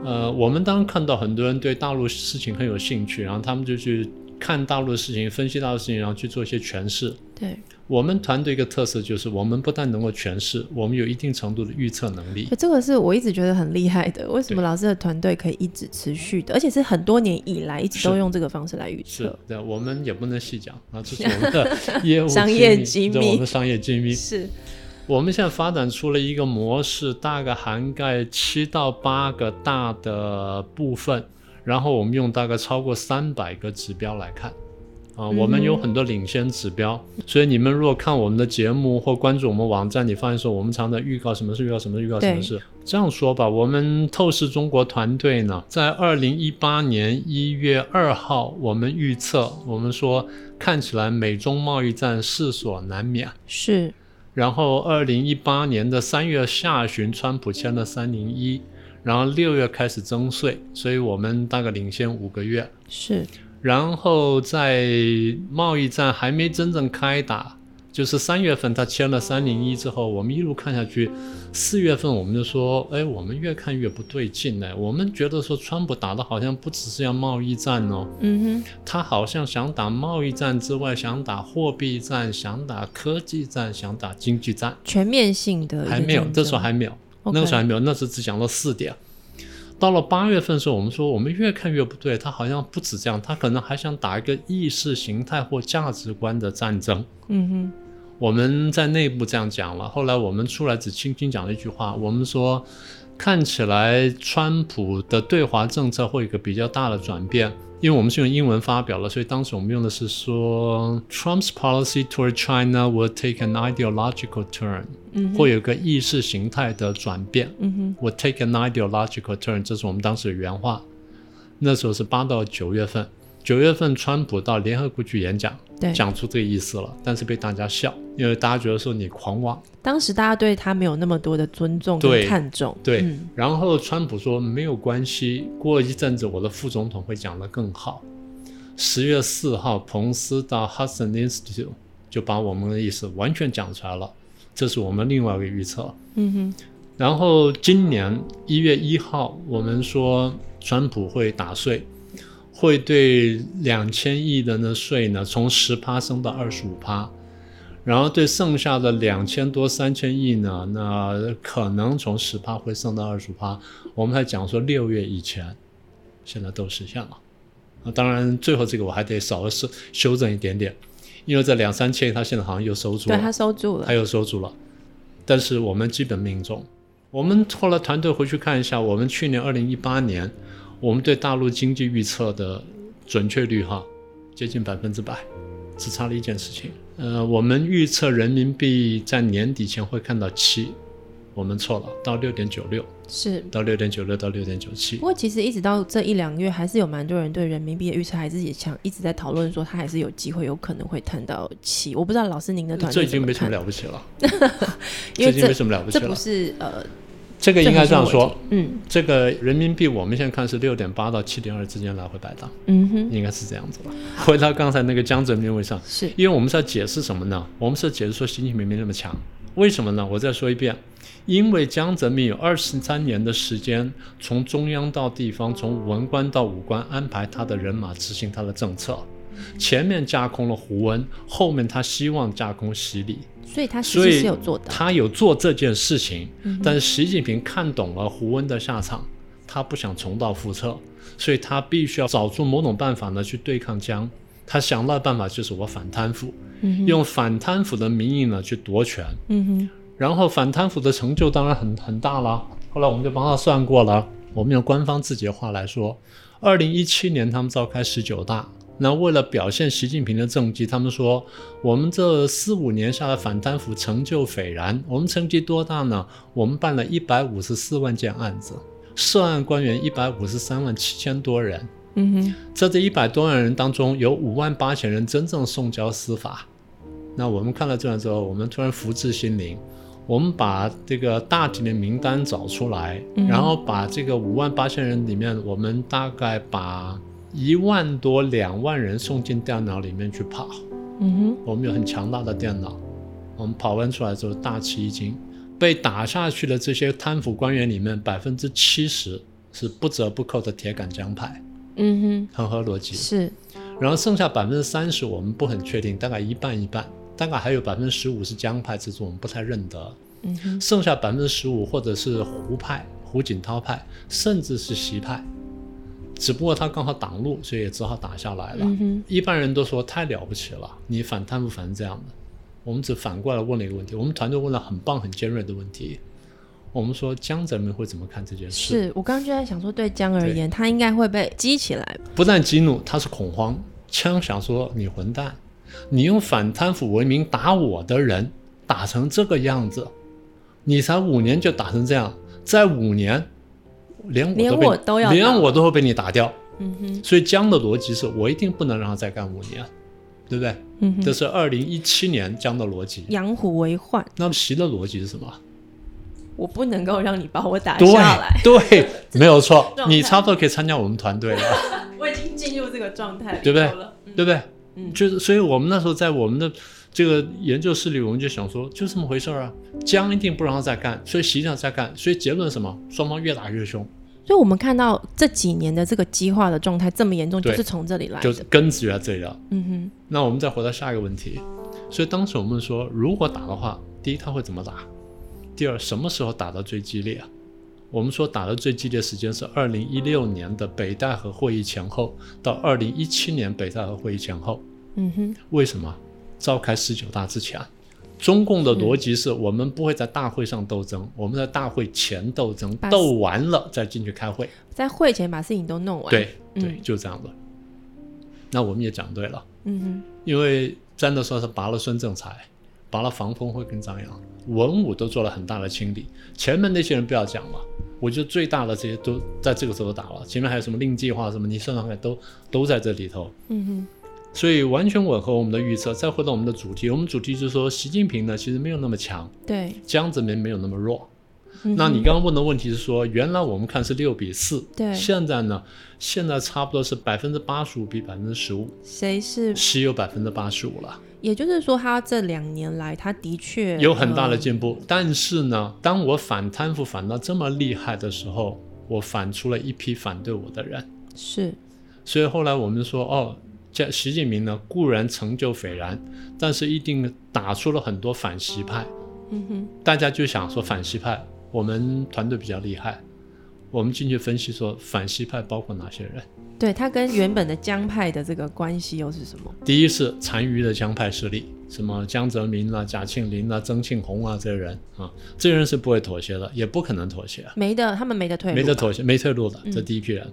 [SPEAKER 2] 呃，我们当然看到很多人对大陆事情很有兴趣，然后他们就去看大陆的事情，分析大陆的事情，然后去做一些诠释。
[SPEAKER 1] 对，
[SPEAKER 2] 我们团队一个特色就是，我们不但能够诠释，我们有一定程度的预测能力
[SPEAKER 1] 所以。这个是我一直觉得很厉害的。为什么
[SPEAKER 2] 对
[SPEAKER 1] 老师的团队可以一直持续的，而且是很多年以来一直
[SPEAKER 2] 是
[SPEAKER 1] 都用这个方式来预
[SPEAKER 2] 是
[SPEAKER 1] 测？
[SPEAKER 2] 的，我们也不能细讲啊，这是我们的业务
[SPEAKER 1] 商业机
[SPEAKER 2] 对
[SPEAKER 1] 密
[SPEAKER 2] 我们的商业机密。
[SPEAKER 1] 是，
[SPEAKER 2] 我们现在发展出了一个模式，大概涵盖七到八个大的部分，然后我们用大概超过三百个指标来看。啊，我们有很多领先指标，所以你们如果看我们的节目或关注我们网站，你发现说我们常常预告什么是预告什么是预告
[SPEAKER 1] 对
[SPEAKER 2] 什么是。这样说吧，我们透视中国团队呢，在二零一八年一月二号，我们预测，我们说看起来美中贸易战势所难免。
[SPEAKER 1] 是，
[SPEAKER 2] 然后二零一八年的三月下旬，川普签了三零一，然后六月开始征税，所以我们大概领先五个月。
[SPEAKER 1] 是，
[SPEAKER 2] 然后在贸易战还没真正开打，就是三月份他签了三零一之后，我们一路看下去，四月份我们就说，哎，我们越看越不对劲呢，我们觉得说川普打的好像不只是要贸易战哦，
[SPEAKER 1] 嗯哼，
[SPEAKER 2] 他好像想打贸易战之外，想打货币战，想打科技战，想打经济战。
[SPEAKER 1] 全面性的一个
[SPEAKER 2] 还没有
[SPEAKER 1] 竞，
[SPEAKER 2] 这时候
[SPEAKER 1] 争
[SPEAKER 2] 还没有
[SPEAKER 1] OK
[SPEAKER 2] 那个时候还没有，那时只讲到四点。到了八月份的时候，我们说我们越看越不对，他好像不止这样，他可能还想打一个意识形态或价值观的战争。
[SPEAKER 1] 嗯哼。
[SPEAKER 2] 我们在内部这样讲了，后来我们出来只轻轻讲了一句话，我们说，看起来川普的对华政策会有一个比较大的转变，因为我们是用英文发表了，所以当时我们用的是说，Trump's policy toward China will take an ideological turn，、
[SPEAKER 1] 嗯哼
[SPEAKER 2] 会有一个意识形态的转变。
[SPEAKER 1] 嗯哼，
[SPEAKER 2] 我 take an ideological turn，这是我们当时的原话。那时候是八到九月份，九月份川普到联合国去演讲，
[SPEAKER 1] 对，
[SPEAKER 2] 讲出这个意思了，但是被大家笑，因为大家觉得说你狂妄。
[SPEAKER 1] 当时大家对他没有那么多的尊重跟
[SPEAKER 2] 对
[SPEAKER 1] 看重，
[SPEAKER 2] 对，
[SPEAKER 1] 嗯
[SPEAKER 2] 然后川普说没有关系，过一阵子我的副总统会讲得更好。十月四号，彭斯到 Hudson Institute，就把我们的意思完全讲出来了，这是我们另外一个预测。
[SPEAKER 1] 嗯哼，
[SPEAKER 2] 然后今年一月一号，我们说川普会打税，会对两千亿人的税呢从十趴升到二十五趴，然后对剩下的两千多三千亿呢，那可能从十趴会升到二十趴。我们还讲说六月以前，现在都实现了。啊，当然最后这个我还得稍微修修正一点点，因为这两三千亿他现在好像又收住
[SPEAKER 1] 对
[SPEAKER 2] 了，
[SPEAKER 1] 他收住了
[SPEAKER 2] 他。又收住了，但是我们基本命中。我们后来团队回去看一下，我们去年二零一八年，我们对大陆经济预测的准确率哈，接近百分之百，只差了一件事情。呃，我们预测人民币在年底前会看到七，我们错了，到六点九六，
[SPEAKER 1] 是，
[SPEAKER 2] 到六点九六，到六点九七
[SPEAKER 1] 不。过其实一直到这一两个月，还是有蛮多人对人民币的预测还是也想一直在讨论说，它还是有机会有可能会探到七。我不知道老师您的团
[SPEAKER 2] 这
[SPEAKER 1] 队
[SPEAKER 2] 已经
[SPEAKER 1] 怎
[SPEAKER 2] 没什
[SPEAKER 1] 看
[SPEAKER 2] 么，了不起了，
[SPEAKER 1] 因
[SPEAKER 2] 这
[SPEAKER 1] 为
[SPEAKER 2] 已经没
[SPEAKER 1] 这
[SPEAKER 2] 什么了不起
[SPEAKER 1] 这不
[SPEAKER 2] 了。
[SPEAKER 1] 是呃，
[SPEAKER 2] 这个应该这样
[SPEAKER 1] 这不是我
[SPEAKER 2] 说，
[SPEAKER 1] 嗯
[SPEAKER 2] 这个人民币我们现在看是六点八到七点二之间来回摆荡。
[SPEAKER 1] 嗯哼，
[SPEAKER 2] 应该是这样子吧。回到刚才那个江泽民问上，
[SPEAKER 1] 是
[SPEAKER 2] 因为我们是要解释什么呢？我们是要解释说习近平没那么强，为什么呢？我再说一遍，因为江泽民有二十三年的时间，从中央到地方，从文官到武官，安排他的人马执行他的政策。前面架空了胡温，后面他希望架空习李，
[SPEAKER 1] 所以他其
[SPEAKER 2] 所
[SPEAKER 1] 实
[SPEAKER 2] 以
[SPEAKER 1] 是有做嗯到，
[SPEAKER 2] 他有做这件事情，但是习近平看懂了胡温的下场，他不想重蹈覆辙，所以他必须要找出某种办法呢去对抗江。他想到的办法就是我反贪腐，
[SPEAKER 1] 嗯哼
[SPEAKER 2] 用反贪腐的名义呢去夺权，
[SPEAKER 1] 嗯哼，
[SPEAKER 2] 然后反贪腐的成就当然很很大了。后来我们就帮他算过了，我们用官方自己的话来说，二零一七年他们召开十九大，那为了表现习近平的政绩，他们说我们这四五年下来反贪腐成就斐然，我们成绩多大呢？我们办了一百五十四万件案子，涉案官员一百五十三万七千多人，
[SPEAKER 1] 嗯哼，
[SPEAKER 2] 在这一百多万人当中，有五万八千人真正送交司法。那我们看到这样之后，我们突然福至心灵，我们把这个大体的名单找出来，
[SPEAKER 1] 嗯
[SPEAKER 2] 然后把这个五万八千人里面，我们大概把一万多、两万人送进电脑里面去跑。
[SPEAKER 1] 嗯哼，
[SPEAKER 2] 我们有很强大的电脑，我们跑完出来之后大吃一惊，被打下去的这些贪腐官员里面，百分之七十是不折不扣的铁杆江派，
[SPEAKER 1] 嗯哼，
[SPEAKER 2] 很合逻辑。
[SPEAKER 1] 是，
[SPEAKER 2] 然后剩下百分之三十我们不很确定，大概一半一半，大概还有百分之十五是江派，只是我们不太认得。
[SPEAKER 1] 嗯哼，
[SPEAKER 2] 剩下百分之十五或者是胡派、胡锦涛派，甚至是习派，只不过他刚好挡路，所以也只好打下来了。
[SPEAKER 1] 嗯哼，
[SPEAKER 2] 一般人都说太了不起了，你反贪腐反成这样的。我们只反过来问了一个问题，我们团队问了很棒、很尖锐的问题。我们说江泽民会怎么看这件事？
[SPEAKER 1] 是我刚刚就在想说，对江而言，他应该会被激起来，
[SPEAKER 2] 不但激怒，他是恐慌。枪想说：“你混蛋，你用反贪腐为名打我的人，打成这个样子，你才五年就打成这样，再五年，连我都被
[SPEAKER 1] 连我都要打
[SPEAKER 2] 连我都会被你打掉。
[SPEAKER 1] 嗯哼，
[SPEAKER 2] 所以江的逻辑是我一定不能让他再干五年，对不对？
[SPEAKER 1] 嗯
[SPEAKER 2] 这
[SPEAKER 1] 哼，
[SPEAKER 2] 是二零一七年江的逻辑。
[SPEAKER 1] 养虎为患，
[SPEAKER 2] 那么习的逻辑是什么？
[SPEAKER 1] 我不能够让你把我打
[SPEAKER 2] 对
[SPEAKER 1] 下 来，
[SPEAKER 2] 对，没有错
[SPEAKER 1] 状，态
[SPEAKER 2] 你差不多可以参加我们团队了。”
[SPEAKER 1] 我已经进入这个状态里
[SPEAKER 2] 对不对
[SPEAKER 1] 头了？嗯
[SPEAKER 2] 对不对？
[SPEAKER 1] 嗯
[SPEAKER 2] 就是所以我们那时候在我们的这个研究室里，我们就想说，就这么回事儿啊，江一定不让他再干，所以习近平再干，所以结论是什么？双方越打越凶，
[SPEAKER 1] 所以我们看到这几年的这个激化的状态这么严重，就
[SPEAKER 2] 对
[SPEAKER 1] 是从这里来
[SPEAKER 2] 就是
[SPEAKER 1] 的。
[SPEAKER 2] 根子就在这里了。
[SPEAKER 1] 嗯哼，
[SPEAKER 2] 那我们再回到下一个问题，所以当时我们说，如果打的话，第一他会怎么打？第二什么时候打得最激烈？我们说打得最激烈时间是二零一六年的北戴河会议前后到二零一七年北戴河会议前后。
[SPEAKER 1] 嗯哼，
[SPEAKER 2] 为什么？召开十九大之前，中共的逻辑是我们不会在大会上斗争，我们在大会前斗争
[SPEAKER 1] 嗯把，
[SPEAKER 2] 斗完了再进去开会。
[SPEAKER 1] 在会前把事情都弄完。，
[SPEAKER 2] 对
[SPEAKER 1] 嗯
[SPEAKER 2] 对，就这样的。那我们也讲对了，
[SPEAKER 1] 嗯
[SPEAKER 2] 因为真的说是拔了孙政才，拔了防风会跟张扬，文武都做了很大的清理。前面那些人不要讲了，我觉得最大的这些都在这个时候打了。前面还有什么令计划什么，你算算看，都都在这里头。
[SPEAKER 1] 哼，嗯哼，
[SPEAKER 2] 所以完全吻合我们的预测。再回到我们的主题，我们主题就是说，习近平呢其实没有那么强，
[SPEAKER 1] 对，
[SPEAKER 2] 江泽民没有那么弱。
[SPEAKER 1] 嗯
[SPEAKER 2] 那你刚刚问的问题是说，原来我们看是六比四，
[SPEAKER 1] 对
[SPEAKER 2] 现在呢，现在差不多是百分之八十五比百分之十五，
[SPEAKER 1] 谁是？
[SPEAKER 2] 石油百分之八十五了，
[SPEAKER 1] 也就是说，他这两年来，他的确
[SPEAKER 2] 有很大的
[SPEAKER 1] 呃
[SPEAKER 2] 进步。但是呢，当我反贪腐反到这么厉害的时候，我反出了一批反对我的人，
[SPEAKER 1] 是
[SPEAKER 2] 所以后来我们说，哦。这习近平呢固然成就斐然，但是一定打出了很多反习派，
[SPEAKER 1] 嗯哼，
[SPEAKER 2] 大家就想说反西派，我们团队比较厉害，我们进去分析说反西派包括哪些人。
[SPEAKER 1] 对他跟原本的江派的这个关系又是什么？
[SPEAKER 2] 第一是残余的江派势力，什么江泽民啦、贾庆林啦、曾庆红啊这些人啊，这些人是不会妥协的，也不可能妥协，
[SPEAKER 1] 没的，他们没得退路，
[SPEAKER 2] 没得妥协，没退路的。这第一批人。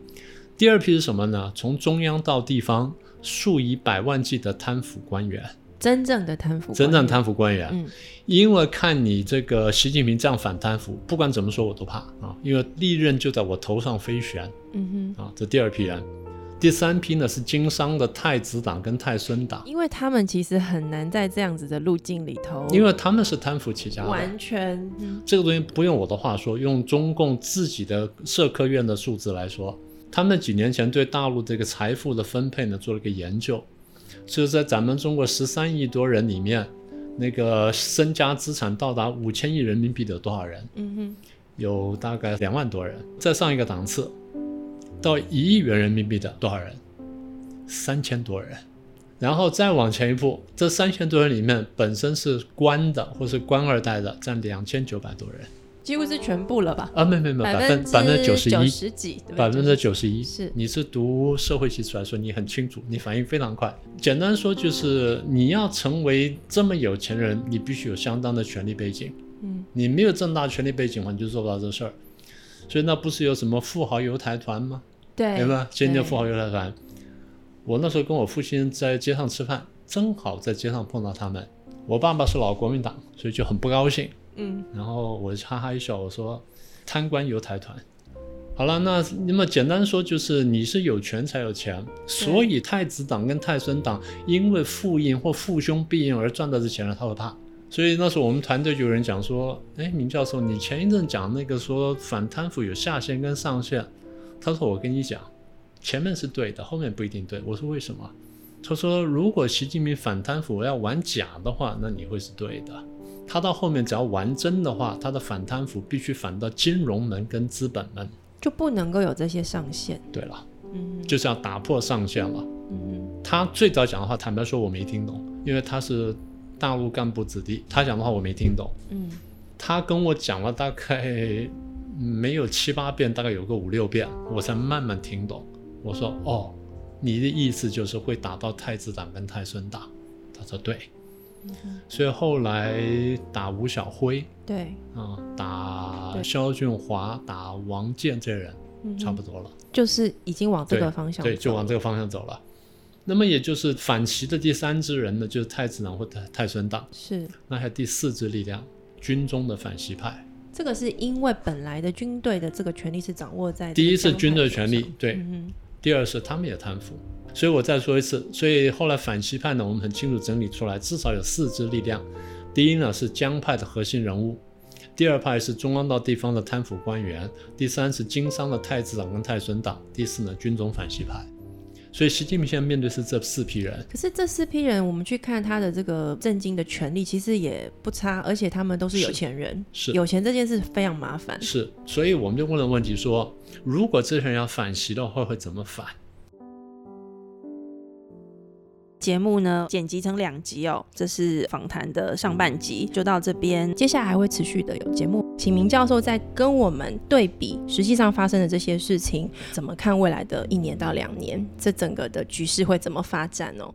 [SPEAKER 2] 第二批是什么呢？从中央到地方，数以百万计的贪腐官员，
[SPEAKER 1] 真正的贪腐，
[SPEAKER 2] 真正，贪腐官员，
[SPEAKER 1] 嗯
[SPEAKER 2] 因为看你这个习近平这样反贪腐，不管怎么说我都怕啊，因为利刃就在我头上飞旋
[SPEAKER 1] 嗯
[SPEAKER 2] 啊。这第二批人，第三批呢是经商的太子党跟太孙党
[SPEAKER 1] 哼，，因为他们其实很难在这样子的路径里头，
[SPEAKER 2] 因为他们是贪腐起家的。
[SPEAKER 1] 完全，嗯
[SPEAKER 2] 这个东西不用我的话说，用中共自己的社科院的数字来说，他们几年前对大陆这个财富的分配呢做了一个研究，就是在咱们中国十三亿多人里面，那个身家资产到达五千亿人民币的有多少人？
[SPEAKER 1] 嗯哼，
[SPEAKER 2] 有大概两万多人，再上一个档次，到一亿元人民币的多少人？三千多人。然后再往前一步，这三千多人里面本身是官的或是官二代的占两千九百多人
[SPEAKER 1] 几乎是全部了吧？
[SPEAKER 2] 啊，没没没，百分百分之九
[SPEAKER 1] 九
[SPEAKER 2] 十一，
[SPEAKER 1] 十几，对不对
[SPEAKER 2] 百分之九十一。
[SPEAKER 1] 是
[SPEAKER 2] 你是读社会系出来，说你很清楚，你反应非常快。简单说就是，你要成为这么有钱人，你必须有相当的权力背景。
[SPEAKER 1] 嗯，
[SPEAKER 2] 你没有正大权力背景的话，你就做不到这事儿。所以那不是有什么富豪游台团吗？
[SPEAKER 1] 哎对，
[SPEAKER 2] 对吧？今天
[SPEAKER 1] 对
[SPEAKER 2] 富豪游台团，我那时候跟我父亲在街上吃饭，正好在街上碰到他们。我爸爸是老国民党，所以就很不高兴。
[SPEAKER 1] 嗯，
[SPEAKER 2] 然后我哈哈一笑，我说贪官游台团。好了，那那么简单说就是你是有权才有钱，所以太子党跟太孙党因为父印或父兄庇荫而赚到的钱了，他会怕。所以那时候我们团队就有人讲说，哎，明教授，你前一阵讲那个说反贪腐有下限跟上限，他说我跟你讲，前面是对的，后面不一定对。我说为什么？他说如果习近平反贪腐要玩假的话，那你会是对的。他到后面只要玩真的话，他的反贪腐必须反到金融门跟资本门。
[SPEAKER 1] 就不能够有这些上限，
[SPEAKER 2] 对了，
[SPEAKER 1] 嗯哼
[SPEAKER 2] 就是要打破上限了。
[SPEAKER 1] 嗯
[SPEAKER 2] 他最早讲的话，坦白说我没听懂，因为他是大陆干部子弟，他讲的话我没听懂。
[SPEAKER 1] 哼嗯，
[SPEAKER 2] 他跟我讲了大概嗯没有七八遍，大概有个五六遍，我才慢慢听懂。我说哦，你的意思就是会打到太子党跟太孙党。他说对，所以后来打吴晓辉，
[SPEAKER 1] 对，
[SPEAKER 2] 啊、打
[SPEAKER 1] 对
[SPEAKER 2] 肖俊华、打王健这些人，
[SPEAKER 1] 嗯哼
[SPEAKER 2] 差不多了，
[SPEAKER 1] 就是已经往这个方向
[SPEAKER 2] 对，就
[SPEAKER 1] 走
[SPEAKER 2] 往这个方向走了。那么也就是反齐的第三支人呢，就是太子党或太太孙党，
[SPEAKER 1] 是
[SPEAKER 2] 那还有第四支力量，军中的反习派。
[SPEAKER 1] 这个是因为本来的军队的这个权利是掌握在
[SPEAKER 2] 第一
[SPEAKER 1] 这
[SPEAKER 2] 是
[SPEAKER 1] 个
[SPEAKER 2] 军队权
[SPEAKER 1] 江派手
[SPEAKER 2] 力
[SPEAKER 1] 上，
[SPEAKER 2] 对；
[SPEAKER 1] 嗯
[SPEAKER 2] 第二是他们也贪腐。所以我再说一次，所以后来反习派呢，我们很清楚整理出来，至少有四支力量。第一呢是江派的核心人物，第二派是中央到地方的贪腐官员，第三是经商的太子党跟太孙党，第四呢军种反习派。所以习近平现在面对是这四批人
[SPEAKER 1] 哼，，可是这四批人，我们去看他的这个政经的权利，其实也不差，而且他们都是有钱人，
[SPEAKER 2] 是
[SPEAKER 1] 有钱这件事非常麻烦，
[SPEAKER 2] 是，所以我们就问了问题说，如果这些人要反习的话，会怎么反？
[SPEAKER 3] 节目呢剪辑成两集哦，这是访谈的上半集，就到这边。
[SPEAKER 1] 接下来还会持续的有节目，请明教授再跟我们对比实际上发生的这些事情，怎么看未来的一年到两年，这整个的局势会怎么发展哦？